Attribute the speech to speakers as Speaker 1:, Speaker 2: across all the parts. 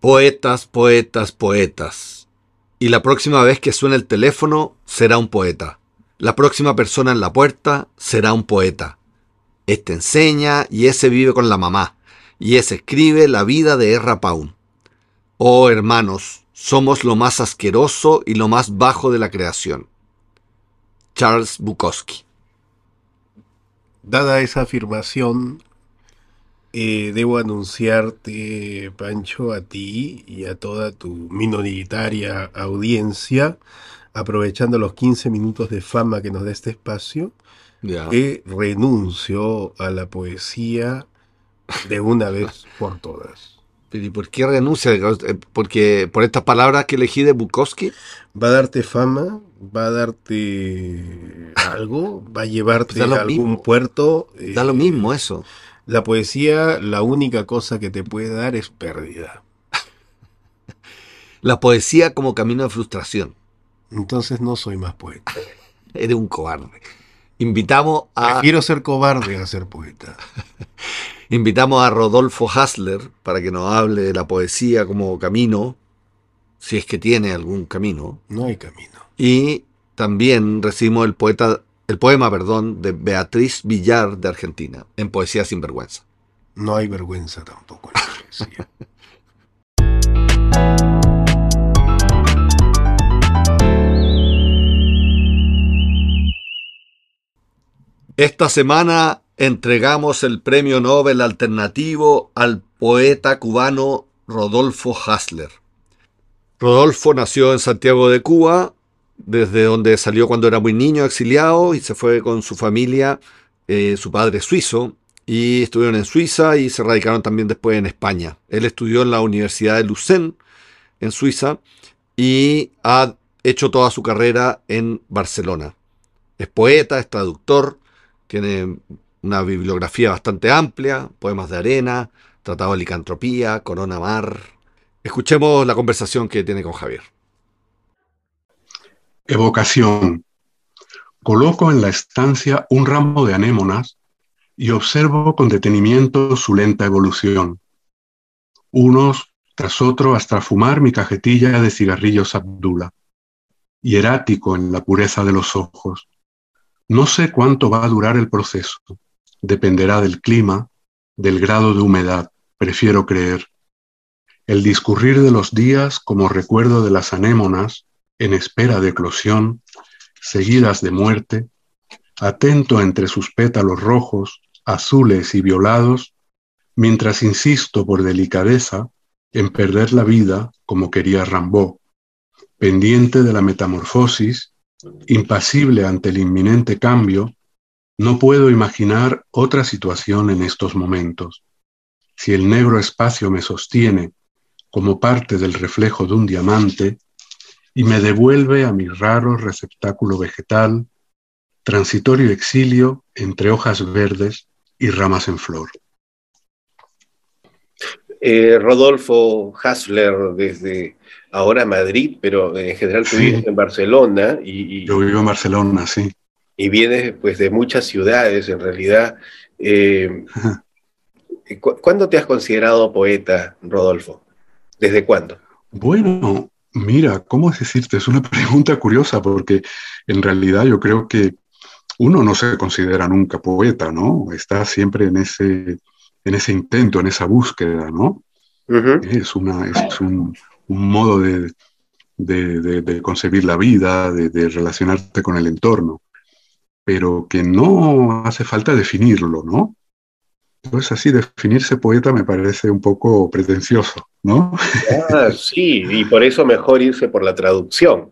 Speaker 1: Poetas, poetas, poetas. Y la próxima vez que suene el teléfono será un poeta. La próxima persona en la puerta será un poeta. Este enseña y ese vive con la mamá. Y ese escribe la vida de Erra Pound. Oh hermanos, somos lo más asqueroso y lo más bajo de la creación. Charles Bukowski.
Speaker 2: Dada esa afirmación, eh, debo anunciarte, Pancho, a ti y a toda tu minoritaria audiencia, aprovechando los 15 minutos de fama que nos da este espacio,
Speaker 1: Ya.
Speaker 2: que renuncio a la poesía de una vez por todas.
Speaker 1: Pero ¿Y por qué renuncia? Eh, Porque por estas palabras que elegí de Bukowski.
Speaker 2: ¿Va a darte fama? ¿Va a darte algo? ¿Va a llevarte
Speaker 1: Da lo
Speaker 2: a algún
Speaker 1: mismo.
Speaker 2: puerto?
Speaker 1: Da lo
Speaker 2: Eh,
Speaker 1: mismo eso.
Speaker 2: La poesía, la única cosa que te puede dar es pérdida.
Speaker 1: La poesía como camino de frustración.
Speaker 2: Entonces no soy más poeta.
Speaker 1: Eres un cobarde. Invitamos
Speaker 3: Ah.
Speaker 1: a,
Speaker 2: Prefiero ser cobarde a ser poeta.
Speaker 1: invitamos a Rodolfo Hassler para que nos hable de la poesía como camino, si es que tiene algún camino.
Speaker 2: No hay camino.
Speaker 1: Y también recibimos el poeta, el poema, perdón, de Beatriz Villar de Argentina, en Poesía sin vergüenza.
Speaker 2: No hay vergüenza tampoco en la poesía.
Speaker 1: Esta semana entregamos el premio Nobel alternativo al poeta cubano Rodolfo Hassler. Rodolfo nació en Santiago de Cuba, desde donde salió cuando era muy niño, exiliado, y se fue con su familia, eh, su padre es suizo, y estuvieron en Suiza y se radicaron también después en España. Él estudió en la Universidad de Lucén, en Suiza, y ha hecho toda su carrera en Barcelona. Es poeta, es traductor, tiene una bibliografía bastante amplia, poemas de arena, tratado de licantropía, corona mar. Escuchemos la conversación que tiene con Javier.
Speaker 4: Evocación. Coloco en la estancia un ramo de anémonas y observo con detenimiento su lenta evolución. Unos tras otro hasta fumar mi cajetilla de cigarrillos Abdula. Hierático en la pureza de los ojos. No sé cuánto va a durar el proceso. Dependerá del clima, del grado de humedad, prefiero creer. El discurrir de los días como recuerdo de las anémonas en espera de eclosión, seguidas de muerte, atento entre sus pétalos rojos, azules y violados, mientras insisto por delicadeza en perder la vida como quería Rambó, pendiente de la metamorfosis, impasible ante el inminente cambio, no puedo imaginar otra situación en estos momentos. Si el negro espacio me sostiene como parte del reflejo de un diamante, y me devuelve a mi raro receptáculo vegetal, transitorio exilio entre hojas verdes y ramas en flor.
Speaker 3: Eh, Rodolfo Hassler desde ahora Madrid, pero en general tú
Speaker 4: Sí.
Speaker 3: vives en Barcelona y, y-
Speaker 4: Yo vivo en Barcelona, sí.
Speaker 3: y vienes pues de muchas ciudades en realidad. Eh,
Speaker 4: Ajá.
Speaker 3: ¿cu- ¿Cuándo te has considerado poeta, Rodolfo? ¿Desde cuándo?
Speaker 4: Bueno, mira, ¿cómo es decirte? Es una pregunta curiosa porque en realidad yo creo que uno no se considera nunca poeta, ¿no? Está siempre en ese, en ese intento, en esa búsqueda, ¿no?
Speaker 3: Ujú.
Speaker 4: Es una, es un, un modo de, de- de- de concebir la vida, de, de relacionarte con el entorno, pero que no hace falta definirlo, ¿no? Entonces así definirse poeta me parece un poco pretencioso, ¿no?
Speaker 3: Ah, sí, y por eso mejor irse por la traducción,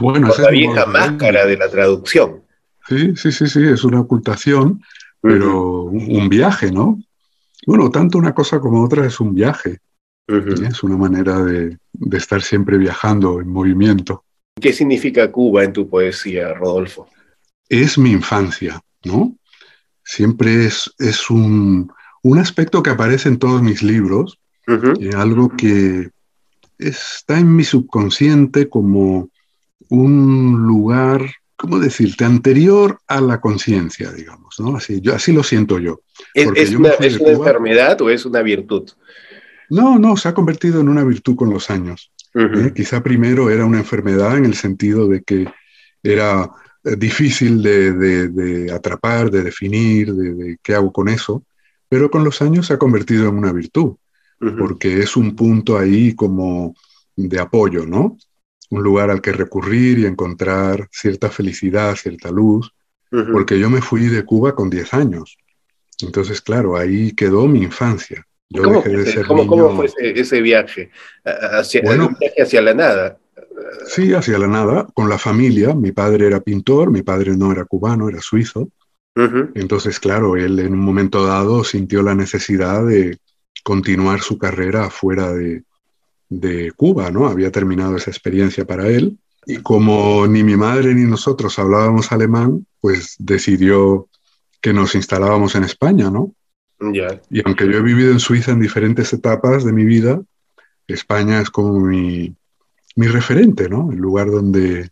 Speaker 4: Bueno,
Speaker 3: por
Speaker 4: ese
Speaker 3: la
Speaker 4: es un
Speaker 3: vieja
Speaker 4: modo de verlo.
Speaker 3: máscara de la traducción.
Speaker 4: Sí, sí, sí, sí, es una ocultación, pero un un viaje, ¿no? Bueno, tanto una cosa como otra es un viaje,
Speaker 3: Ujú.
Speaker 4: ¿sí? es una manera de- de estar siempre viajando en movimiento.
Speaker 3: ¿Qué significa Cuba en tu poesía, Rodolfo?
Speaker 4: es mi infancia, ¿no? Siempre es, es un, un aspecto que aparece en todos mis libros,
Speaker 3: Ujú.
Speaker 4: eh, algo que está en mi subconsciente como un lugar, ¿cómo decirte?, anterior a la conciencia, digamos, ¿no? Así, yo, así lo siento yo.
Speaker 3: ¿Es,
Speaker 4: Porque
Speaker 3: es
Speaker 4: yo me
Speaker 3: una,
Speaker 4: fui
Speaker 3: es
Speaker 4: de
Speaker 3: una
Speaker 4: Cuba.
Speaker 3: enfermedad o es una virtud?
Speaker 4: No, no, se ha convertido en una virtud con los años.
Speaker 3: Uh -huh.
Speaker 4: ¿eh? Quizá primero era una enfermedad en el sentido de que era eh, difícil de, de- de atrapar, de definir, de, de qué hago con eso, pero con los años se ha convertido en una virtud,
Speaker 3: Ujú.
Speaker 4: porque es un punto ahí como de apoyo, ¿no? Un lugar al que recurrir y encontrar cierta felicidad, cierta luz,
Speaker 3: Ujú.
Speaker 4: porque yo me fui de Cuba con 10 años. Entonces, claro, ahí quedó mi infancia. Yo
Speaker 3: ¿Cómo,
Speaker 4: dejé de
Speaker 3: fue-
Speaker 4: ser
Speaker 3: cómo-
Speaker 4: niño.
Speaker 3: cómo fue ese, ese viaje? A- Hacia,
Speaker 4: Bueno.
Speaker 3: un viaje hacia la nada.
Speaker 4: Sí, hacia la nada, con la familia. Mi padre era pintor, mi padre no era cubano, era suizo.
Speaker 3: Ujú.
Speaker 4: Entonces, claro, él en un momento dado sintió la necesidad de continuar su carrera fuera de, de Cuba, ¿no? Había terminado esa experiencia para él. Y como ni mi madre ni nosotros hablábamos alemán, pues decidió que nos instalábamos en España, ¿no?
Speaker 3: Ya.
Speaker 4: Y aunque yo he vivido en Suiza en diferentes etapas de mi vida, España es como mi, mi referente, ¿no? El lugar donde,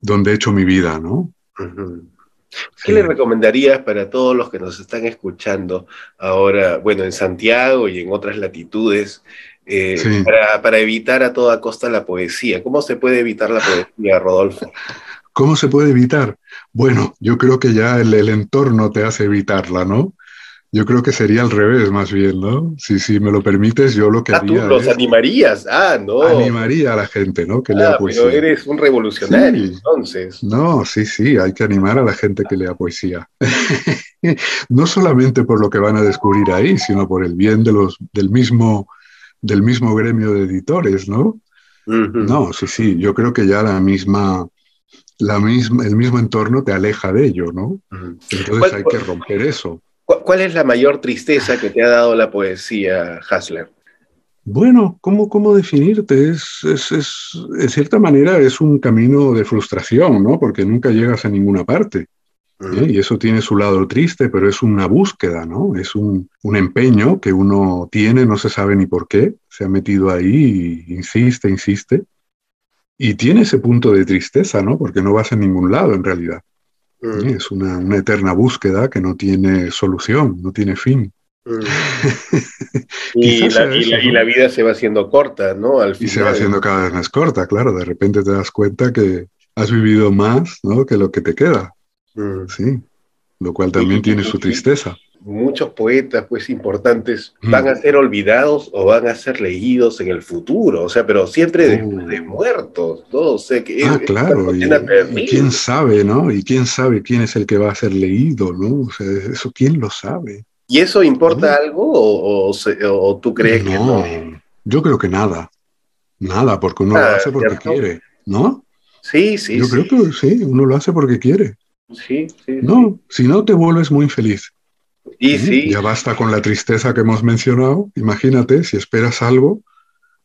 Speaker 4: donde he hecho mi vida, ¿no? Eh,
Speaker 3: Ujú.
Speaker 4: Sí.
Speaker 3: ¿Qué le recomendarías para todos los que nos están escuchando ahora, bueno, en Santiago y en otras latitudes, eh,
Speaker 4: Sí.
Speaker 3: para, para evitar a toda costa la poesía? ¿Cómo se puede evitar la poesía, Rodolfo?
Speaker 4: ¿Cómo se puede evitar? Bueno, yo creo que ya el, el entorno te hace evitarla, ¿no? Yo creo que sería al revés, más bien, ¿no? Si, si me lo permites, yo lo que
Speaker 3: Ah, tú
Speaker 4: haría
Speaker 3: los
Speaker 4: es
Speaker 3: animarías. Ah, no.
Speaker 4: animaría a la gente, ¿no? Que
Speaker 3: Ah,
Speaker 4: lea
Speaker 3: pero
Speaker 4: poesía.
Speaker 3: eres un revolucionario,
Speaker 4: Sí.
Speaker 3: entonces.
Speaker 4: No, sí, sí, hay que animar a la gente que lea poesía. No solamente por lo que van a descubrir ahí, sino por el bien de los, del mismo, del mismo gremio de editores, ¿no?
Speaker 3: Ujú.
Speaker 1: Mm.
Speaker 4: No, sí, sí, yo creo que ya la misma, la misma, el mismo entorno te aleja de ello, ¿no?
Speaker 3: Ujú.
Speaker 4: Entonces
Speaker 3: ¿Cuál-
Speaker 4: hay que romper eso.
Speaker 3: ¿Cu- ¿Cuál es la mayor tristeza que te ha dado la poesía, Hasler?
Speaker 4: Bueno, ¿cómo, cómo definirte? Es, es, es, en cierta manera es un camino de frustración, ¿no? Porque nunca llegas a ninguna parte.
Speaker 3: Mm,
Speaker 4: ¿eh? Y eso tiene su lado triste, pero es una búsqueda, ¿no? Es un, un empeño que uno tiene, no se sabe ni por qué, se ha metido ahí, e insiste, insiste, y tiene ese punto de tristeza, ¿no? Porque no vas a ningún lado en realidad. ¿eh?
Speaker 3: Mm,
Speaker 4: Es una, una eterna búsqueda que no tiene solución, no tiene fin.
Speaker 3: mm. y,
Speaker 4: Quizás
Speaker 3: la,
Speaker 4: sea
Speaker 3: y la-
Speaker 4: eso,
Speaker 3: y
Speaker 4: ¿no?
Speaker 3: la vida se va haciendo corta, ¿no? Al
Speaker 4: Y
Speaker 3: final.
Speaker 4: se va haciendo cada vez más corta, claro, de repente te das cuenta que has vivido más, ¿no? Que lo que te queda,
Speaker 3: Mm.
Speaker 4: sí, lo cual también
Speaker 3: Y-
Speaker 4: tiene
Speaker 3: y-
Speaker 4: su
Speaker 3: y-
Speaker 4: tristeza.
Speaker 3: Muchos poetas, pues importantes,
Speaker 4: Mm.
Speaker 3: van a ser olvidados o van a ser leídos en el futuro, o sea, pero siempre después
Speaker 4: Uh.
Speaker 3: de muertos, ¿no? O sea, que es,
Speaker 4: Ah,
Speaker 3: es una
Speaker 4: claro, y,
Speaker 3: condena
Speaker 4: y
Speaker 3: terrible.
Speaker 4: quién sabe, ¿no? Y quién sabe quién es el que va a ser leído, ¿no? O sea, eso quién lo sabe.
Speaker 3: ¿Y eso importa
Speaker 4: No.
Speaker 3: algo o, o se- o tú crees que no?
Speaker 4: No, yo creo que nada, nada, porque uno lo
Speaker 3: Ah,
Speaker 4: hace porque
Speaker 3: ¿cierto?
Speaker 4: quiere, ¿no?
Speaker 3: Sí, sí,
Speaker 4: Yo
Speaker 3: sí.
Speaker 4: creo que sí, uno lo hace porque quiere.
Speaker 3: Sí, sí,
Speaker 4: No, si no te vuelves muy feliz.
Speaker 3: sí. Y
Speaker 4: ¿eh?
Speaker 3: sí,
Speaker 4: Ya basta con la tristeza que hemos mencionado. Imagínate, si esperas algo,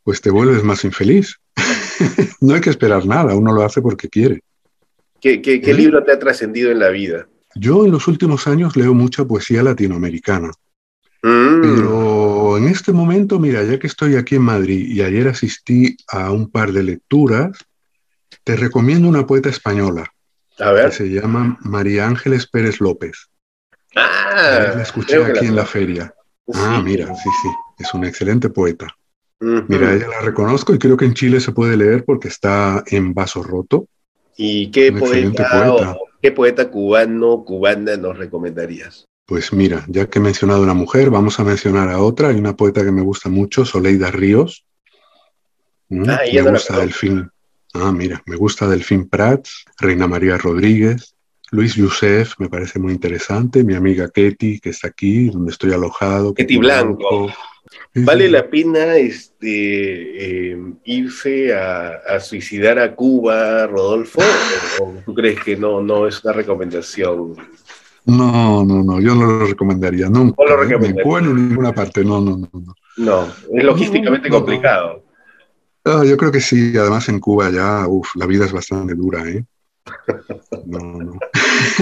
Speaker 4: pues te vuelves más infeliz. No hay que esperar nada, uno lo hace porque quiere.
Speaker 3: ¿Qué, qué- qué
Speaker 4: ¿Eh?
Speaker 3: libro te ha trascendido en la vida?
Speaker 4: Yo en los últimos años leo mucha poesía latinoamericana.
Speaker 3: Mm,
Speaker 4: Pero en este momento, mira, ya que estoy aquí en Madrid y ayer asistí a un par de lecturas, te recomiendo una poeta española
Speaker 3: a
Speaker 4: que
Speaker 3: ver.
Speaker 4: se llama María Ángeles Pérez López.
Speaker 3: Ah,
Speaker 4: Ayer la escuché
Speaker 3: creo que
Speaker 4: aquí en la
Speaker 3: conozco.
Speaker 4: feria. Ah,
Speaker 3: Sí.
Speaker 4: mira, sí, sí, es una excelente poeta.
Speaker 3: Ujú.
Speaker 4: Mira, ella la reconozco y creo que en Chile se puede leer porque está en vaso roto.
Speaker 3: ¿Y qué
Speaker 4: Un excelente
Speaker 3: poeta,
Speaker 4: poeta.
Speaker 3: o- qué poeta cubano, cubana nos recomendarías?
Speaker 4: Pues mira, ya que he mencionado a una mujer, vamos a mencionar a otra. Hay una poeta que me gusta mucho, Soleida Ríos. Mm,
Speaker 3: Ah, ella
Speaker 4: Me
Speaker 3: no la
Speaker 4: gusta
Speaker 3: conozco.
Speaker 4: Delfín. Ah, mira, me gusta Delfín Prats, Reina María Rodríguez, Luis Yusef, me parece muy interesante, mi amiga Ketty, que está aquí, donde estoy alojado.
Speaker 3: Ketty Blanco.
Speaker 4: Sí,
Speaker 3: ¿Vale
Speaker 4: sí.
Speaker 3: la pena este, eh, irse a, a suicidar a Cuba, Rodolfo? ¿O, o tú crees que no, no es una recomendación?
Speaker 4: No, no, no, yo no lo recomendaría nunca,
Speaker 3: No lo
Speaker 4: ¿eh? ni en
Speaker 3: recomendaría.
Speaker 4: Cuba ni en ninguna parte, no, no, no. no.
Speaker 3: No, es logísticamente
Speaker 4: No, no.
Speaker 3: complicado.
Speaker 4: Ah, yo creo que sí, además en Cuba ya, uff, la vida es bastante dura, ¿eh? No, no.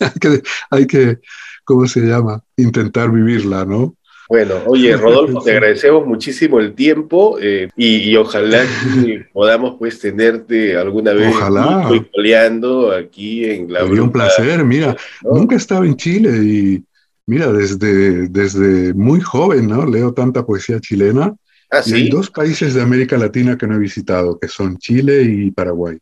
Speaker 4: hay que, hay que, ¿cómo se llama? Intentar vivirla, ¿no?
Speaker 3: Bueno, oye, Rodolfo, te
Speaker 4: Sí.
Speaker 3: agradecemos muchísimo el tiempo eh, y, y ojalá que podamos pues tenerte alguna vez
Speaker 4: Ojalá.
Speaker 3: vivo y coleando aquí en la
Speaker 4: Sería
Speaker 3: bruja,
Speaker 4: un
Speaker 3: Oh.
Speaker 4: placer, mira,
Speaker 3: ¿no?
Speaker 4: nunca he estado en Chile y Mira, desde, desde muy joven, ¿no? Leo tanta poesía chilena.
Speaker 3: Ah,
Speaker 4: Y hay
Speaker 3: sí.
Speaker 4: dos países de América Latina que no he visitado, que son Chile y Paraguay.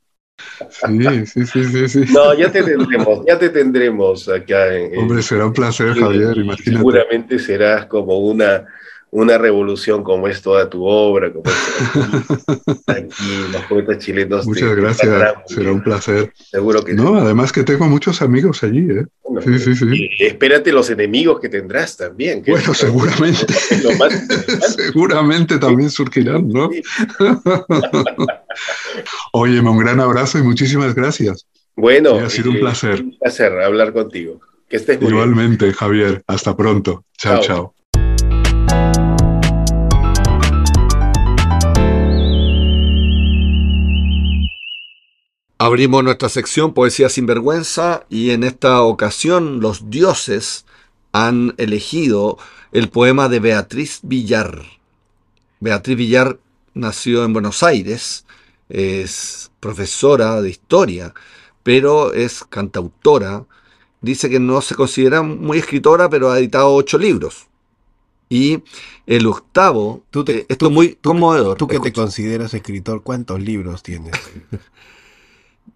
Speaker 4: Sí, sí, sí, sí, sí.
Speaker 3: No, ya te tendremos, ya te tendremos acá en, en-
Speaker 4: Hombre, será un placer,
Speaker 3: Sí,
Speaker 4: Javier,
Speaker 3: y
Speaker 4: imagínate.
Speaker 3: Seguramente serás como una, una revolución, como es toda tu obra, como es aquí, los poetas chilenos. te-
Speaker 4: Muchas
Speaker 3: te
Speaker 4: gracias,
Speaker 3: tratarán muy
Speaker 4: será un
Speaker 3: bien,
Speaker 4: placer.
Speaker 3: Seguro que
Speaker 4: No, además que tengo muchos amigos allí, ¿eh?
Speaker 3: Bueno,
Speaker 4: Sí, sí, sí.
Speaker 3: y espérate los enemigos que tendrás también. que
Speaker 4: Bueno,
Speaker 3: eso
Speaker 4: seguramente,
Speaker 3: es lo más interesante.
Speaker 4: seguramente también surgirán, ¿no?
Speaker 3: Sí.
Speaker 4: Oye, un gran abrazo y muchísimas gracias.
Speaker 3: Bueno,
Speaker 4: Sí, ha sido un
Speaker 3: eh,
Speaker 4: placer.
Speaker 3: Un placer hablar contigo. Que estés muy bien.
Speaker 4: Igualmente, Javier, hasta pronto. Chao,
Speaker 3: Chao.
Speaker 4: chao.
Speaker 1: Abrimos nuestra sección Poesía sin vergüenza y en esta ocasión los dioses han elegido el poema de Beatriz Villar. Beatriz Villar nació en Buenos Aires, es profesora de historia, pero es cantautora. Dice que no se considera muy escritora, pero ha editado ocho libros. Y el octavo,
Speaker 2: Tú te-
Speaker 1: eh, esto es muy conmovedor.
Speaker 2: Tú que te
Speaker 1: escucha.
Speaker 2: consideras escritor, ¿cuántos libros tienes?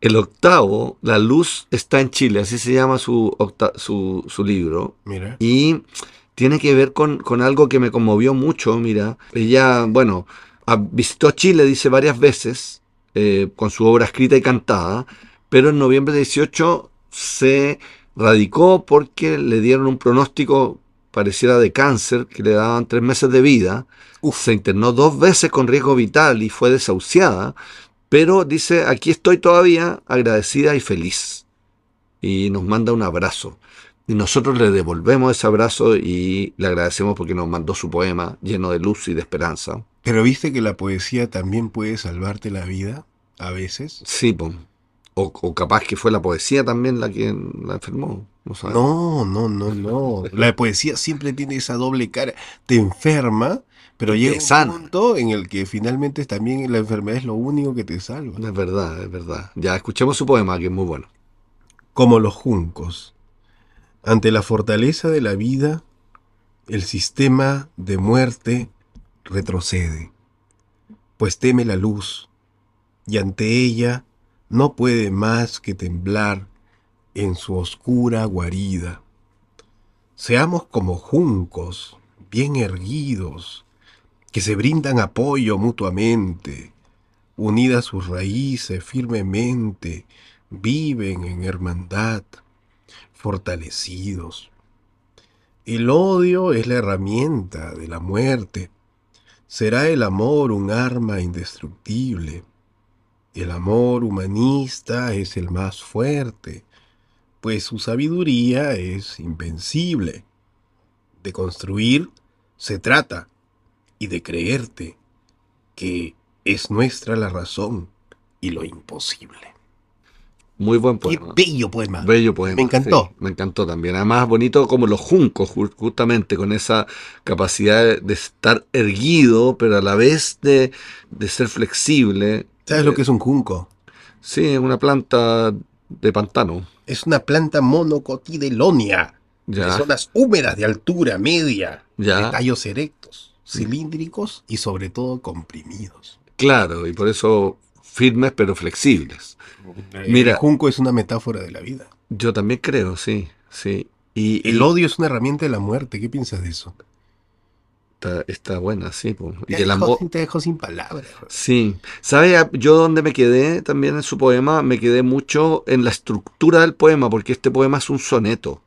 Speaker 1: El octavo, La luz está en Chile, así se llama su, octa- su, su libro.
Speaker 2: Mira.
Speaker 1: Y tiene que ver con, con algo que me conmovió mucho, mira. Ella, bueno, a- visitó Chile, dice, varias veces, eh, con su obra escrita y cantada, pero en noviembre de 18 se radicó porque le dieron un pronóstico, pareciera de cáncer, que le daban tres meses de vida. Se internó dos veces con riesgo vital y fue desahuciada, pero dice, aquí estoy todavía agradecida y feliz. Y nos manda un abrazo. Y nosotros le devolvemos ese abrazo y le agradecemos porque nos mandó su poema lleno de luz y de esperanza.
Speaker 2: Pero viste que la poesía también puede salvarte la vida, a veces.
Speaker 1: Sí, po. O, o capaz que fue la poesía también la que la enfermó. No, sabemos.
Speaker 2: No, no, no, no. La poesía siempre tiene esa doble cara. Te enferma, pero llega
Speaker 1: Te
Speaker 2: un
Speaker 1: sana.
Speaker 2: punto en el que finalmente también la enfermedad es lo único que te salva.
Speaker 1: Es verdad, es verdad. Ya escuchemos su poema que es muy bueno.
Speaker 2: como los juncos. Ante la fortaleza de la vida, el sistema de muerte retrocede, pues teme la luz, y ante ella no puede más que temblar en su oscura guarida. Seamos como juncos, bien erguidos, que se brindan apoyo mutuamente, unidas sus raíces firmemente, viven en hermandad, fortalecidos. El odio es la herramienta de la muerte. Será el amor un arma indestructible. El amor humanista es el más fuerte, pues su sabiduría es invencible. De construir se trata y de creerte, que es nuestra la razón y lo imposible.
Speaker 1: Muy buen
Speaker 2: Qué
Speaker 1: poema.
Speaker 2: bello poema.
Speaker 1: Bello poema.
Speaker 2: Me encantó.
Speaker 1: sí, me encantó también. Además, bonito como los juncos, ju- justamente con esa capacidad de estar erguido, pero a la vez de, de ser flexible.
Speaker 2: ¿Sabes lo que es un junco?
Speaker 1: Sí, es una planta de pantano.
Speaker 2: Es una planta monocotiledonia, de
Speaker 1: Ya,
Speaker 2: zonas húmedas de altura media, de
Speaker 1: ya,
Speaker 2: tallos erectos, cilíndricos y sobre todo comprimidos.
Speaker 1: claro, y por eso firmes pero flexibles. Mira.
Speaker 2: el junco es una metáfora de la vida.
Speaker 1: Yo también creo, sí, sí. Y,
Speaker 2: El
Speaker 1: y
Speaker 2: odio es una herramienta de la muerte. ¿Qué piensas de eso?
Speaker 1: está, está buena, sí. po. Y
Speaker 2: Te,
Speaker 1: el
Speaker 2: dejo,
Speaker 1: amor,
Speaker 2: te dejo sin palabras.
Speaker 1: Sí, ¿sabes? Yo donde me quedé también en su poema, me quedé mucho en la estructura del poema, porque este poema es un soneto.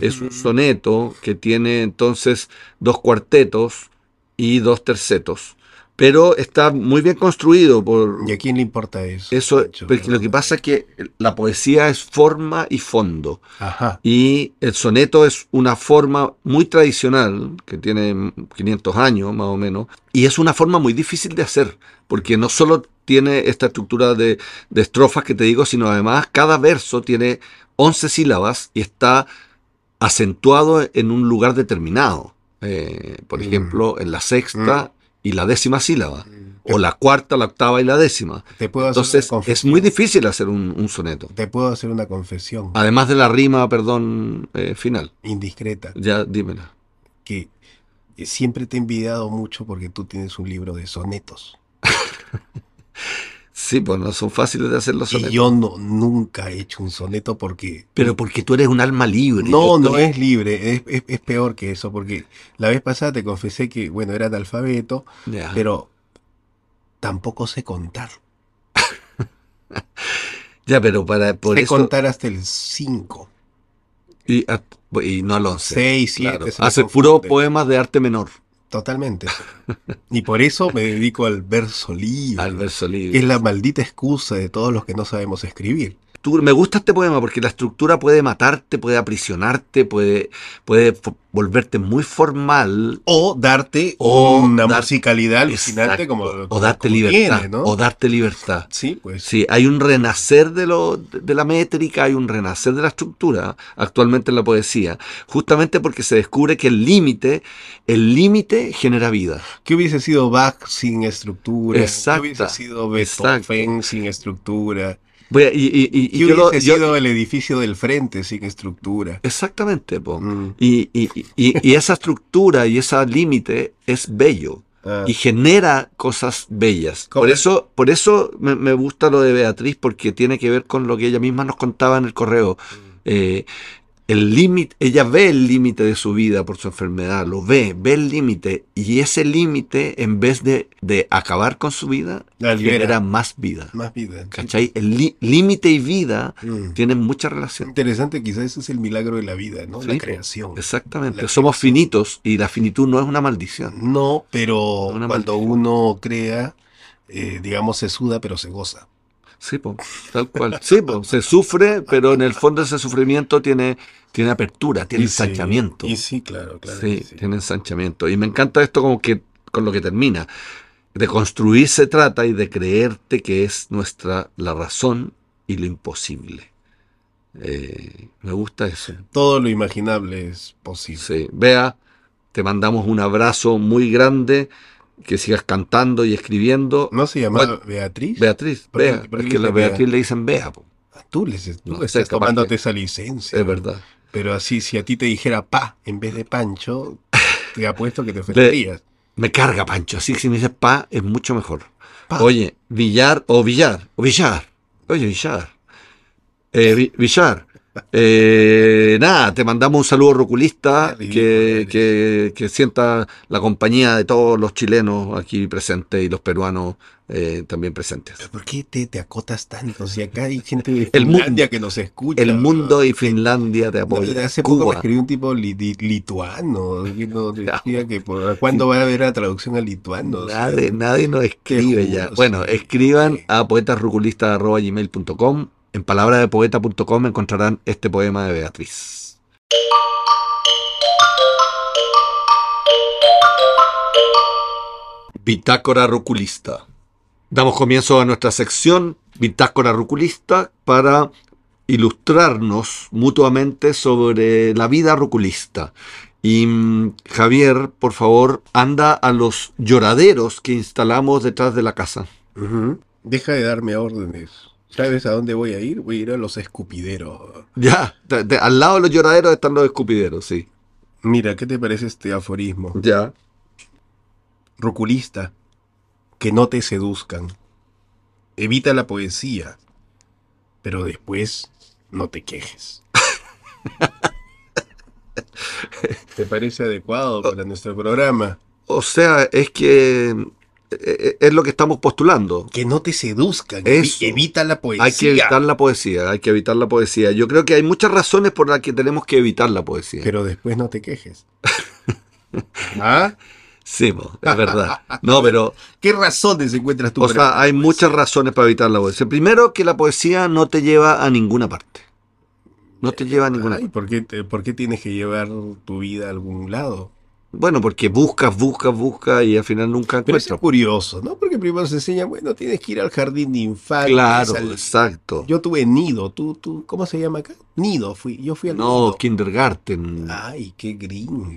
Speaker 1: Es un soneto que tiene entonces dos cuartetos y dos tercetos. Pero está muy bien construido por
Speaker 2: ¿Y a quién le importa eso?
Speaker 1: eso,
Speaker 2: Pancho?
Speaker 1: porque lo que pasa es que la poesía es forma y fondo.
Speaker 2: Ajá.
Speaker 1: Y el soneto es una forma muy tradicional, que tiene 500 años más o menos, y es una forma muy difícil de hacer, porque no solo tiene esta estructura de, de estrofas que te digo, sino además cada verso tiene 11 sílabas y está acentuado en un lugar determinado. Eh, por
Speaker 2: Mm.
Speaker 1: ejemplo, en la sexta y la décima sílaba. o la cuarta, la octava y la décima.
Speaker 2: Te puedo hacer
Speaker 1: Entonces
Speaker 2: una confesión.
Speaker 1: es muy difícil hacer un, un soneto.
Speaker 2: Te puedo hacer una confesión
Speaker 1: Además de la rima, perdón, eh, final.
Speaker 2: indiscreta,
Speaker 1: Ya dímela.
Speaker 2: que eh, siempre te he envidiado mucho porque tú tienes un libro de sonetos.
Speaker 1: Sí, pues no son fáciles de hacer los
Speaker 2: Y
Speaker 1: sonetos.
Speaker 2: yo no, nunca he hecho un soneto porque...
Speaker 1: Pero porque tú eres un alma libre. Yo
Speaker 2: No, no
Speaker 1: estoy-
Speaker 2: es libre, es, es- es peor que eso, porque la vez pasada te confesé que, bueno, era analfabeto,
Speaker 1: Ya.
Speaker 2: pero tampoco sé contar.
Speaker 1: Ya, pero para por
Speaker 2: sé
Speaker 1: eso
Speaker 2: contar hasta el 5,
Speaker 1: y, a- y no al once.
Speaker 2: 6, 7.
Speaker 1: Claro. Ah, Hace puro poemas de arte menor
Speaker 2: Totalmente. Y por eso me dedico al verso libre,
Speaker 1: al verso
Speaker 2: que
Speaker 1: libre.
Speaker 2: es la maldita excusa de todos los que no sabemos escribir.
Speaker 1: Tú- me gusta este poema porque la estructura puede matarte, puede aprisionarte, puede, puede fo- volverte muy formal.
Speaker 2: O darte
Speaker 1: O
Speaker 2: una
Speaker 1: dar-
Speaker 2: musicalidad alucinante
Speaker 1: Exacto.
Speaker 2: como,
Speaker 1: o
Speaker 2: como-
Speaker 1: darte
Speaker 2: como
Speaker 1: libertad.
Speaker 2: tiene, ¿no?
Speaker 1: O darte libertad.
Speaker 2: Sí, pues.
Speaker 1: Sí, hay un renacer de, lo, de la métrica, hay un renacer de la estructura actualmente en la poesía, justamente porque se descubre que el límite, el límite genera vida.
Speaker 2: ¿Qué hubiese sido Bach sin estructura?
Speaker 1: Exacta,
Speaker 2: ¿Qué hubiese sido
Speaker 1: exacto.
Speaker 2: Beethoven sin estructura?
Speaker 1: Voy a- y, y- y-
Speaker 2: ¿Qué
Speaker 1: y yo lo-
Speaker 2: hubiese
Speaker 1: yo-
Speaker 2: sido el edificio del frente sin estructura?
Speaker 1: Exactamente, po.
Speaker 2: Mm,
Speaker 1: Y, y- y- y- y esa estructura y ese límite es bello
Speaker 2: ah,
Speaker 1: y genera cosas bellas.
Speaker 2: ¿Cómo
Speaker 1: Por
Speaker 2: es?
Speaker 1: eso, por eso me, me gusta lo de Beatriz, porque tiene que ver con lo que ella misma nos contaba en el correo. Eh, el límite, ella ve el límite de su vida por su enfermedad, lo ve, ve el límite, y ese límite, en vez de, de acabar con su vida,
Speaker 2: La libera.
Speaker 1: genera más vida.
Speaker 2: Más vida.
Speaker 1: ¿Cachai? El li- límite y vida
Speaker 2: Mm.
Speaker 1: tienen mucha relación.
Speaker 2: Interesante, quizás ese es el milagro de la vida, ¿no?
Speaker 1: Sí,
Speaker 2: la
Speaker 1: po.
Speaker 2: creación.
Speaker 1: Exactamente.
Speaker 2: La
Speaker 1: Somos finitos y la finitud no es una maldición.
Speaker 2: No, pero
Speaker 1: Una
Speaker 2: cuando
Speaker 1: maldición.
Speaker 2: uno crea, eh, digamos, se suda, pero se goza.
Speaker 1: Sí, po, tal cual. Sí, po, se sufre, pero en el fondo ese sufrimiento tiene, tiene apertura, tiene
Speaker 2: Y sí,
Speaker 1: ensanchamiento.
Speaker 2: Y sí, claro, claro.
Speaker 1: Sí,
Speaker 2: que sí.
Speaker 1: tiene ensanchamiento. Y me encanta esto como que con lo que termina. De construir se trata y de creerte que es nuestra la razón y lo imposible. Eh, me gusta eso.
Speaker 2: Todo lo imaginable es posible.
Speaker 1: Sí, Bea, te mandamos un abrazo muy grande, que sigas cantando y escribiendo.
Speaker 2: ¿No se llamaba
Speaker 1: Bueno,
Speaker 2: Beatriz?
Speaker 1: Beatriz,
Speaker 2: ¿Por qué-
Speaker 1: Bea,
Speaker 2: por qué
Speaker 1: es que a
Speaker 2: le
Speaker 1: la
Speaker 2: dicen Bea?
Speaker 1: Beatriz le dicen Bea, po.
Speaker 2: Ah, Tú, les, tú
Speaker 1: No sé,
Speaker 2: estás
Speaker 1: capaz
Speaker 2: tomándote
Speaker 1: que-
Speaker 2: esa licencia.
Speaker 1: es verdad.
Speaker 2: Pero así, si a ti te dijera pa en vez de pancho, te apuesto que te ofenderías.
Speaker 1: Me carga, Pancho, así que si me dices pa, es mucho mejor.
Speaker 2: Pa.
Speaker 1: Oye, Villar o Villar, o Villar, oye, Villar, eh, Vi- Villar. Eh, nada, te mandamos un saludo roculista
Speaker 2: Qué
Speaker 1: que,
Speaker 2: ridículo
Speaker 1: que- que sienta la compañía de todos los chilenos aquí presentes y los peruanos eh, también presentes.
Speaker 2: ¿Pero ¿Por qué te, te acotas tanto? Si acá hay gente de
Speaker 1: El mundo.
Speaker 2: Finlandia que nos escucha.
Speaker 1: El mundo y Finlandia te
Speaker 2: No,
Speaker 1: apoyan.
Speaker 2: hace poco me
Speaker 1: Cuba.
Speaker 2: escribió un tipo li- li- lituano, que nos decía que por cuándo va a haber la traducción al lituano. O sea,
Speaker 1: Nadie, nadie nos escribe
Speaker 2: juro,
Speaker 1: ya.
Speaker 2: sí.
Speaker 1: Bueno, escriban
Speaker 2: Sí.
Speaker 1: a poetasruculistas.gmail.com. En palabradepoeta.com encontrarán este poema de Beatriz. Bitácora Ruculista. Damos comienzo a nuestra sección Bitácora Ruculista para ilustrarnos mutuamente sobre la vida ruculista. Y mm, Javier, por favor, anda a los lloraderos que instalamos detrás de la casa.
Speaker 2: ujú. Deja de darme órdenes. ¿Sabes a dónde voy a ir? Voy a ir a los escupideros.
Speaker 1: Ya, de- de- al lado de los lloraderos están los escupideros, sí.
Speaker 2: Mira, ¿qué te parece este aforismo?
Speaker 1: Ya.
Speaker 2: Ruculista, que no te seduzcan. Evita la poesía, pero después no te quejes. ¿Te parece adecuado para nuestro programa?
Speaker 1: O sea, es que eh, eh, es lo que estamos postulando.
Speaker 2: Que no te seduzcan.
Speaker 1: Eso.
Speaker 2: Evita la poesía.
Speaker 1: Hay que evitar la poesía, hay que evitar la poesía. Yo creo que hay muchas razones por las que tenemos que evitar la poesía.
Speaker 2: Pero después no te quejes. ¿Ah?
Speaker 1: Sí, po, es verdad. No, pero
Speaker 2: ¿Qué razones encuentras tú
Speaker 1: O
Speaker 2: para
Speaker 1: sea, hay muchas razones para evitar la poesía. Primero, que la poesía no te lleva a ninguna parte. No te lleva a ninguna
Speaker 2: Ay,
Speaker 1: parte.
Speaker 2: ¿por qué, te- por qué tienes que llevar tu vida a algún lado?
Speaker 1: Bueno, porque buscas, buscas, buscas y al final nunca
Speaker 2: Pero
Speaker 1: encuentras.
Speaker 2: eso es curioso, ¿no? Porque primero se enseña, bueno, tienes que ir al jardín de infantes.
Speaker 1: Claro,
Speaker 2: al-
Speaker 1: exacto.
Speaker 2: Yo tuve nido, tú, tú, ¿cómo se llama acá? Nido, fui, yo fui al
Speaker 1: No,
Speaker 2: nido.
Speaker 1: kindergarten.
Speaker 2: Ay, qué gringo.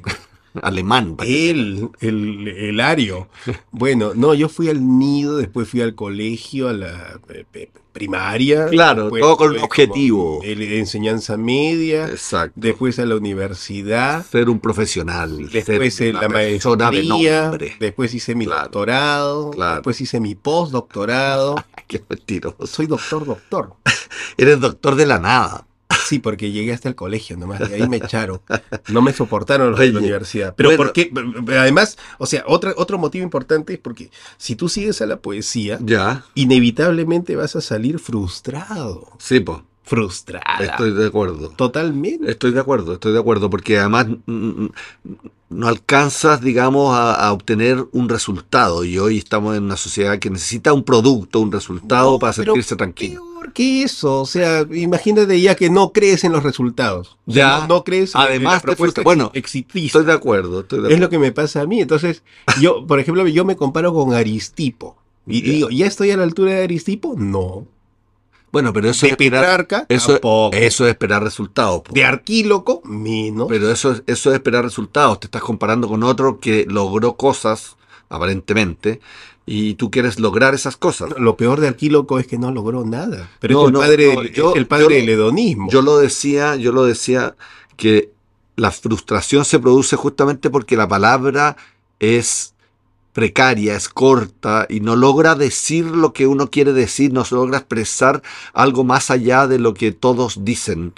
Speaker 1: Alemán.
Speaker 2: Él, el, el ario. Bueno, no, yo fui al nido, después fui al colegio, a la eh, eh, primaria.
Speaker 1: Claro,
Speaker 2: después
Speaker 1: todo con
Speaker 2: fue
Speaker 1: objetivo.
Speaker 2: como eh, el- enseñanza media,
Speaker 1: Exacto.
Speaker 2: después a la universidad,
Speaker 1: ser un profesional.
Speaker 2: después
Speaker 1: ser
Speaker 2: eh,
Speaker 1: una
Speaker 2: la
Speaker 1: persona de
Speaker 2: maestría,
Speaker 1: nombre.
Speaker 2: después hice mi
Speaker 1: Claro,
Speaker 2: doctorado,
Speaker 1: claro.
Speaker 2: después hice mi postdoctorado.
Speaker 1: Qué mentiroso.
Speaker 2: Soy doctor, doctor.
Speaker 1: Eres doctor de la nada.
Speaker 2: Sí, porque llegué hasta el colegio nomás, de ahí me echaron. No me soportaron los de
Speaker 1: Oye,
Speaker 2: la universidad. Pero
Speaker 1: bueno.
Speaker 2: porque, además, o sea, otra, otro motivo importante es porque si tú sigues a la poesía,
Speaker 1: Ya.
Speaker 2: inevitablemente vas a salir frustrado.
Speaker 1: Sí, pues.
Speaker 2: Frustrada.
Speaker 1: Estoy de acuerdo.
Speaker 2: Totalmente.
Speaker 1: Estoy de acuerdo, estoy de acuerdo, porque además mm, mm, no alcanzas, digamos, a, a obtener un resultado. Y hoy estamos en una sociedad que necesita un producto, un resultado
Speaker 2: No,
Speaker 1: para
Speaker 2: pero
Speaker 1: sentirse tranquilo.
Speaker 2: Peor que eso. O sea, imagínate ya que no crees en los resultados. O
Speaker 1: Ya.
Speaker 2: sea, No, no crees en- en
Speaker 1: Ah, Además
Speaker 2: la
Speaker 1: te
Speaker 2: propuesta
Speaker 1: frustra- bueno,
Speaker 2: exitista.
Speaker 1: Estoy de acuerdo, estoy de
Speaker 2: Es
Speaker 1: acuerdo.
Speaker 2: lo que me pasa a mí. Entonces, yo, por ejemplo, yo me comparo con Aristipo. Y
Speaker 1: Ya.
Speaker 2: digo, ¿ya estoy a la altura de Aristipo? No.
Speaker 1: Bueno, pero eso
Speaker 2: De
Speaker 1: es esperar,
Speaker 2: Petrarca,
Speaker 1: eso-
Speaker 2: tampoco.
Speaker 1: eso es esperar resultados. po.
Speaker 2: De Arquíloco, menos.
Speaker 1: Pero eso es, eso es esperar resultados. Te estás comparando con otro que logró cosas, aparentemente, y tú quieres lograr esas cosas.
Speaker 2: Lo peor de Arquíloco es que no logró nada. Pero
Speaker 1: No,
Speaker 2: es el
Speaker 1: no,
Speaker 2: padre,
Speaker 1: no,
Speaker 2: del,
Speaker 1: yo-
Speaker 2: es el padre
Speaker 1: yo lo-
Speaker 2: del hedonismo.
Speaker 1: Yo lo decía, yo lo decía que la frustración se produce justamente porque la palabra es precaria, es corta y no logra decir lo que uno quiere decir, no se logra expresar algo más allá de lo que todos dicen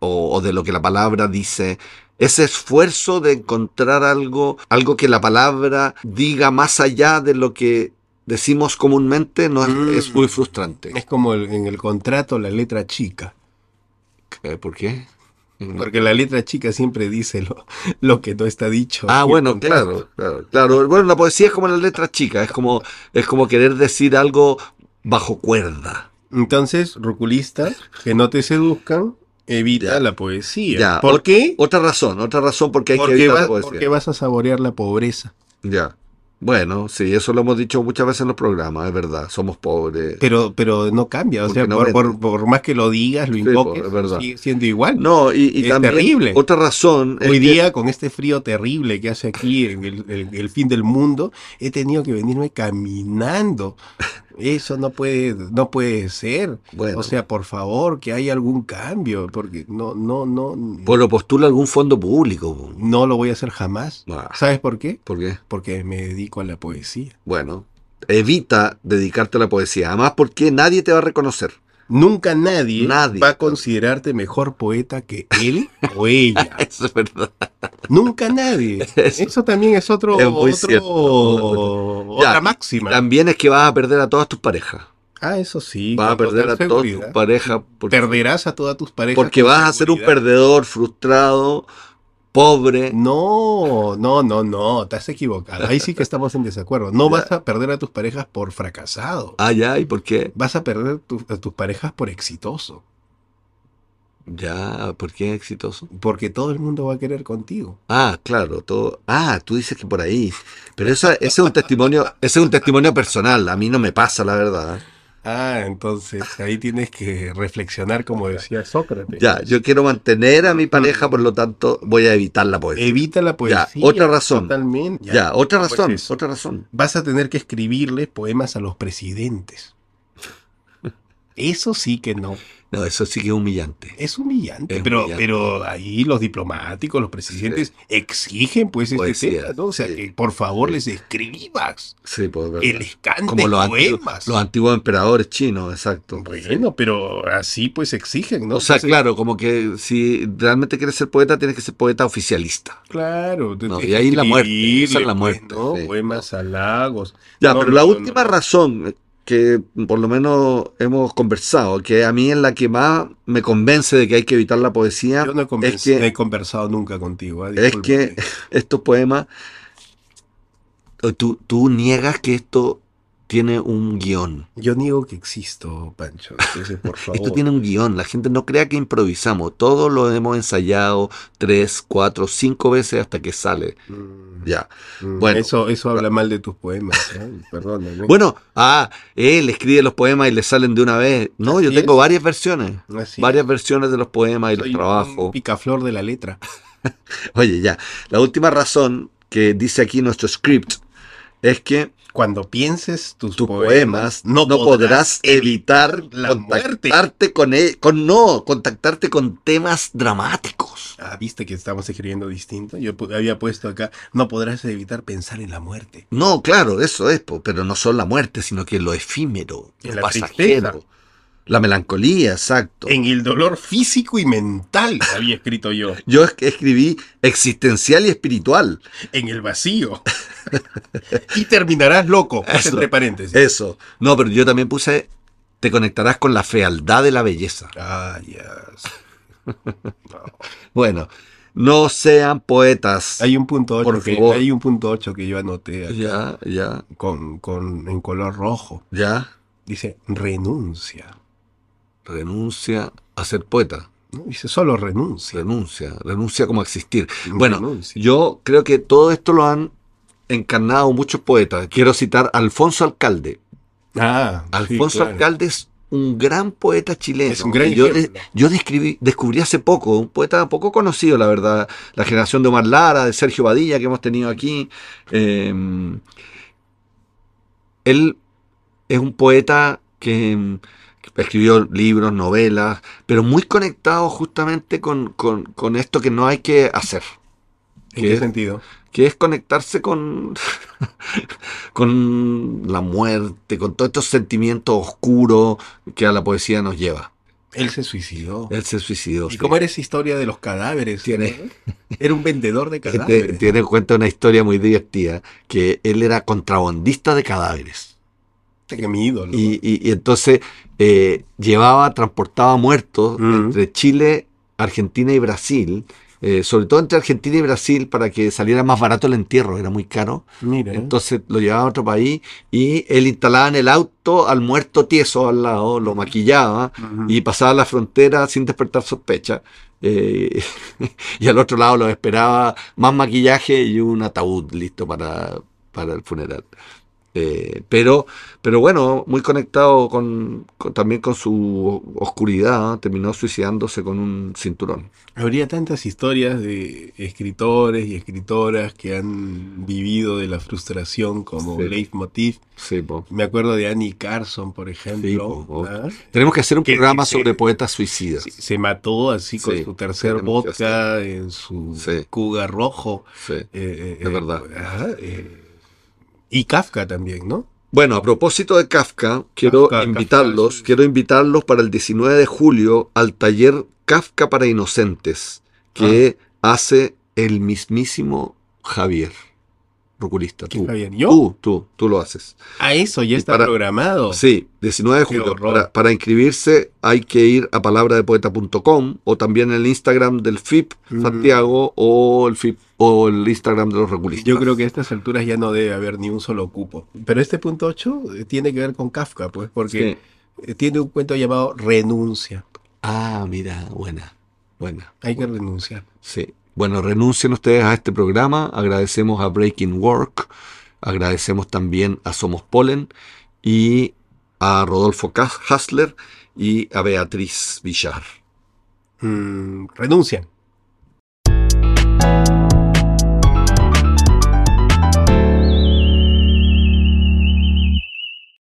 Speaker 1: o, o de lo que la palabra dice. Ese esfuerzo de encontrar algo, algo que la palabra diga más allá de lo que decimos comúnmente, no es,
Speaker 2: Mm.
Speaker 1: es muy frustrante.
Speaker 2: Es como el- en el contrato la letra chica.
Speaker 1: Eh, ¿Por qué?
Speaker 2: Porque la letra chica siempre dice lo, lo que no está dicho. en
Speaker 1: Ah,
Speaker 2: el
Speaker 1: bueno,
Speaker 2: contrato.
Speaker 1: claro, claro, claro. Bueno, la poesía es como las letras chicas, es como, es como querer decir algo bajo cuerda.
Speaker 2: Entonces, Ruculista, que no te seduzcan, evita
Speaker 1: Ya.
Speaker 2: la poesía.
Speaker 1: Ya.
Speaker 2: ¿Por
Speaker 1: Ot-
Speaker 2: qué?
Speaker 1: Otra razón, otra razón porque hay que
Speaker 2: Porque,
Speaker 1: evitar
Speaker 2: vas-
Speaker 1: la poesía.
Speaker 2: porque vas a saborear la pobreza.
Speaker 1: Ya. Bueno, sí, eso lo hemos dicho muchas veces en los programas, es verdad. Somos pobres.
Speaker 2: Pero, pero no cambia. O
Speaker 1: Porque
Speaker 2: sea,
Speaker 1: no
Speaker 2: por,
Speaker 1: vende.
Speaker 2: por- por más que lo digas, lo
Speaker 1: Sí,
Speaker 2: invoques,
Speaker 1: po, es verdad.
Speaker 2: sigue siendo igual.
Speaker 1: No, y, y
Speaker 2: Es
Speaker 1: también
Speaker 2: terrible.
Speaker 1: otra razón es que-
Speaker 2: Hoy día, con este frío terrible que hace aquí en el, el- el fin del mundo, he tenido que venirme caminando. Eso no puede, no puede ser.
Speaker 1: Bueno.
Speaker 2: O sea, por favor, que haya algún cambio, porque no, no, no,
Speaker 1: Pero pues postula algún fondo público. po.
Speaker 2: no lo voy a hacer jamás.
Speaker 1: Ah,
Speaker 2: ¿Sabes por qué?
Speaker 1: ¿Por qué?
Speaker 2: Porque me dedico a la poesía.
Speaker 1: Bueno, evita dedicarte a la poesía. Además, porque nadie te va a reconocer.
Speaker 2: Nunca nadie,
Speaker 1: Nadie.
Speaker 2: va a considerarte mejor poeta que él o ella.
Speaker 1: Eso es verdad.
Speaker 2: Nunca nadie.
Speaker 1: Eso.
Speaker 2: Eso, también es otro,
Speaker 1: Es muy
Speaker 2: otro-
Speaker 1: cierto.
Speaker 2: otra
Speaker 1: Ya,
Speaker 2: máxima.
Speaker 1: También es que vas a perder a todas tus parejas.
Speaker 2: ah, eso sí.
Speaker 1: Vas a
Speaker 2: con
Speaker 1: perder
Speaker 2: total
Speaker 1: a todas tus
Speaker 2: seguridad.
Speaker 1: parejas porque,
Speaker 2: Perderás a todas tus parejas.
Speaker 1: porque
Speaker 2: con
Speaker 1: vas a ser un
Speaker 2: seguridad.
Speaker 1: perdedor frustrado, pobre.
Speaker 2: No, no, no, no, estás equivocado. Ahí sí que estamos en desacuerdo. No
Speaker 1: Ya.
Speaker 2: vas a perder a tus parejas por fracasado.
Speaker 1: Ah, ya, ¿y por qué?
Speaker 2: Vas a perder tu- a tus parejas por exitoso.
Speaker 1: Ya, ¿por qué exitoso?
Speaker 2: Porque todo el mundo va a querer contigo.
Speaker 1: Ah, claro, todo. Ah, tú dices que por ahí. Pero esa- ese es un testimonio, ese es un testimonio personal. A mí no me pasa, la verdad. ¿eh?
Speaker 2: Ah, entonces ahí tienes que reflexionar, como decía Sócrates.
Speaker 1: Ya, yo quiero mantener a mi pareja, por lo tanto, voy a evitar la poesía.
Speaker 2: Evita la poesía.
Speaker 1: otra razón.
Speaker 2: Totalmente.
Speaker 1: ya, otra
Speaker 2: pues
Speaker 1: razón,
Speaker 2: eso.
Speaker 1: otra razón.
Speaker 2: Vas a tener que escribirle poemas a los presidentes. Eso sí que no.
Speaker 1: No, eso sí que es humillante.
Speaker 2: Es humillante.
Speaker 1: Es
Speaker 2: pero,
Speaker 1: humillante.
Speaker 2: pero ahí los diplomáticos, los presidentes exigen pues este
Speaker 1: Poesía,
Speaker 2: tema, ¿no? O sea,
Speaker 1: sí.
Speaker 2: que por favor
Speaker 1: Sí.
Speaker 2: les escribas,
Speaker 1: Sí, pues, verdad.
Speaker 2: que les cantes
Speaker 1: Como los antiguos,
Speaker 2: poemas.
Speaker 1: los antiguos emperadores chinos, exacto.
Speaker 2: bueno, pero así pues exigen, ¿no?
Speaker 1: o sea,
Speaker 2: Entonces,
Speaker 1: claro, como que si realmente quieres ser poeta, tienes que ser poeta oficialista.
Speaker 2: Claro,
Speaker 1: No,
Speaker 2: tienes
Speaker 1: y ahí
Speaker 2: que
Speaker 1: la muerte,
Speaker 2: escribirle,
Speaker 1: esa es la
Speaker 2: pues,
Speaker 1: muerte,
Speaker 2: ¿no?
Speaker 1: sí.
Speaker 2: Poemas, halagos.
Speaker 1: Ya,
Speaker 2: No,
Speaker 1: pero
Speaker 2: no,
Speaker 1: la
Speaker 2: no,
Speaker 1: última
Speaker 2: no.
Speaker 1: razón que por lo menos hemos conversado, que a mí es la que más me convence de que hay que evitar la poesía,
Speaker 2: Yo no he, conven-
Speaker 1: es que-
Speaker 2: no he conversado nunca contigo. ah,
Speaker 1: es que
Speaker 2: discúlpame.
Speaker 1: estos poemas, eh, tú, tú niegas que esto tiene un guión.
Speaker 2: Yo niego que existo, Pancho. Entonces, por
Speaker 1: Esto
Speaker 2: favor.
Speaker 1: tiene un guión, la gente no crea que improvisamos, todo lo hemos ensayado tres, cuatro, cinco veces hasta que sale.
Speaker 2: Mm,
Speaker 1: Ya.
Speaker 2: mm,
Speaker 1: bueno.
Speaker 2: Eso, eso habla mal de tus poemas. ¿eh? Perdóname.
Speaker 1: Bueno, ah, él escribe los poemas y le salen de una vez. No, yo
Speaker 2: Así
Speaker 1: tengo
Speaker 2: es.
Speaker 1: varias versiones.
Speaker 2: Así
Speaker 1: varias versiones de los poemas y los
Speaker 2: soy un
Speaker 1: trabajos.
Speaker 2: Picaflor de la letra.
Speaker 1: Oye, ya. La última razón que dice aquí nuestro script es que
Speaker 2: Cuando pienses tus,
Speaker 1: tus poemas, no, podrás evitar
Speaker 2: la
Speaker 1: contactarte con, e- con no contactarte con temas dramáticos.
Speaker 2: Ah, viste que estamos escribiendo distinto. Yo pu- había puesto acá, no podrás evitar pensar en la muerte.
Speaker 1: No, claro, eso es, po, pero no son la muerte, sino que lo efímero,
Speaker 2: En
Speaker 1: lo
Speaker 2: la
Speaker 1: pasajero,
Speaker 2: tristeza.
Speaker 1: la melancolía, exacto.
Speaker 2: En el dolor físico y mental, había escrito yo.
Speaker 1: Yo es- escribí existencial y espiritual.
Speaker 2: En el vacío. y terminarás loco, puse
Speaker 1: Eso. Eh.
Speaker 2: entre paréntesis.
Speaker 1: Eso. No, pero yo también puse, te conectarás con la fealdad de la belleza.
Speaker 2: Ah, yes.
Speaker 1: Bueno, no sean poetas.
Speaker 2: Hay un punto
Speaker 1: Por
Speaker 2: 8 que,
Speaker 1: favor.
Speaker 2: hay un punto ocho que yo anoté acá,
Speaker 1: Ya, ya,
Speaker 2: con, con, en color rojo.
Speaker 1: ya.
Speaker 2: Dice, renuncia.
Speaker 1: Renuncia a ser poeta.
Speaker 2: ¿no? Dice, solo renuncia.
Speaker 1: Renuncia, renuncia como a existir. Bueno,
Speaker 2: Renuncia.
Speaker 1: Yo creo que todo esto lo han encarnado muchos poetas. Quiero citar a Alfonso Alcalde.
Speaker 2: Ah, sí,
Speaker 1: Alfonso
Speaker 2: claro.
Speaker 1: Alcalde es un gran poeta chileno.
Speaker 2: Es un gran
Speaker 1: Y yo,
Speaker 2: ejemplo.
Speaker 1: de- yo describí- descubrí hace poco, un poeta poco conocido, la verdad, la generación de Omar Lara, de Sergio Badilla que hemos tenido aquí. Eh, él es un poeta que, mm, que escribió libros, novelas, pero muy conectado justamente con, con- con esto que no hay que hacer,
Speaker 2: ¿En qué
Speaker 1: que-
Speaker 2: sentido?
Speaker 1: que es conectarse con, con la muerte, con todos estos sentimientos oscuros que a la poesía nos lleva.
Speaker 2: Él se suicidó.
Speaker 1: Él se suicidó.
Speaker 2: ¿Y
Speaker 1: sí.
Speaker 2: cómo era esa historia de los cadáveres?
Speaker 1: Tiene-
Speaker 2: Era un vendedor de
Speaker 1: Este,
Speaker 2: cadáveres.
Speaker 1: tiene en cuenta una historia muy divertida, que él era contrabandista de cadáveres.
Speaker 2: Este, Que mi ídolo.
Speaker 1: Y, y- y entonces eh, llevaba, transportaba muertos
Speaker 2: Mm.
Speaker 1: entre Chile, Argentina y Brasil, eh, sobre todo entre Argentina y Brasil para que saliera más barato el entierro, era muy caro.
Speaker 2: Mira,
Speaker 1: Entonces lo llevaba a otro país y él instalaba en el auto al muerto tieso al lado, lo maquillaba
Speaker 2: Ujú.
Speaker 1: y pasaba la frontera sin despertar sospecha. Eh, y al otro lado lo esperaba más maquillaje y un ataúd listo para, para el funeral. Eh, pero, pero bueno, muy conectado con, con- también con su oscuridad, ¿no? terminó suicidándose con un cinturón.
Speaker 2: habría tantas historias de escritores y escritoras que han vivido de la frustración como
Speaker 1: Sí.
Speaker 2: leitmotiv.
Speaker 1: Sí, po.
Speaker 2: Me acuerdo de Annie Carson, por ejemplo,
Speaker 1: po.
Speaker 2: ¿ah?
Speaker 1: Tenemos que hacer un
Speaker 2: Que- que
Speaker 1: programa
Speaker 2: se-
Speaker 1: sobre poetas suicidas.
Speaker 2: Se, se mató así con
Speaker 1: Sí,
Speaker 2: su tercer
Speaker 1: tenemos que
Speaker 2: vodka en su
Speaker 1: Sí.
Speaker 2: cuga rojo.
Speaker 1: Sí.
Speaker 2: Eh, eh,
Speaker 1: Es
Speaker 2: eh,
Speaker 1: verdad.
Speaker 2: ajá, eh, y Kafka también, ¿no?
Speaker 1: Bueno, a propósito de Kafka, quiero
Speaker 2: Kafka,
Speaker 1: invitarlos,
Speaker 2: Kafka, sí.
Speaker 1: quiero invitarlos para el 19 de julio al taller Kafka para inocentes que
Speaker 2: Ah.
Speaker 1: hace el mismísimo Javier Ruculista.
Speaker 2: ¿Qué
Speaker 1: Tú,
Speaker 2: Javier? ¿Yo?
Speaker 1: tú, tú, tú lo haces.
Speaker 2: A eso ya
Speaker 1: Y
Speaker 2: está
Speaker 1: para-
Speaker 2: programado.
Speaker 1: Sí, 19 de
Speaker 2: Oh. Qué
Speaker 1: julio.
Speaker 2: horror.
Speaker 1: Para, para inscribirse hay que ir a palabradepoeta.com o también el Instagram del FIP
Speaker 2: Mm.
Speaker 1: Santiago o el FIP o el Instagram de los Reculistas.
Speaker 2: Yo creo que a estas alturas ya no debe haber ni un solo cupo. Pero este punto 8 tiene que ver con Kafka, pues, porque
Speaker 1: Sí.
Speaker 2: eh, tiene un cuento llamado Renuncia.
Speaker 1: Ah, mira, buena, buena.
Speaker 2: Hay que renunciar.
Speaker 1: Sí. Bueno, renuncien ustedes a este programa. Agradecemos a Breaking Work. Agradecemos también a Somos Polen y a Rodolfo Cas- Hassler y a Beatriz Villar.
Speaker 2: Mm, renuncian.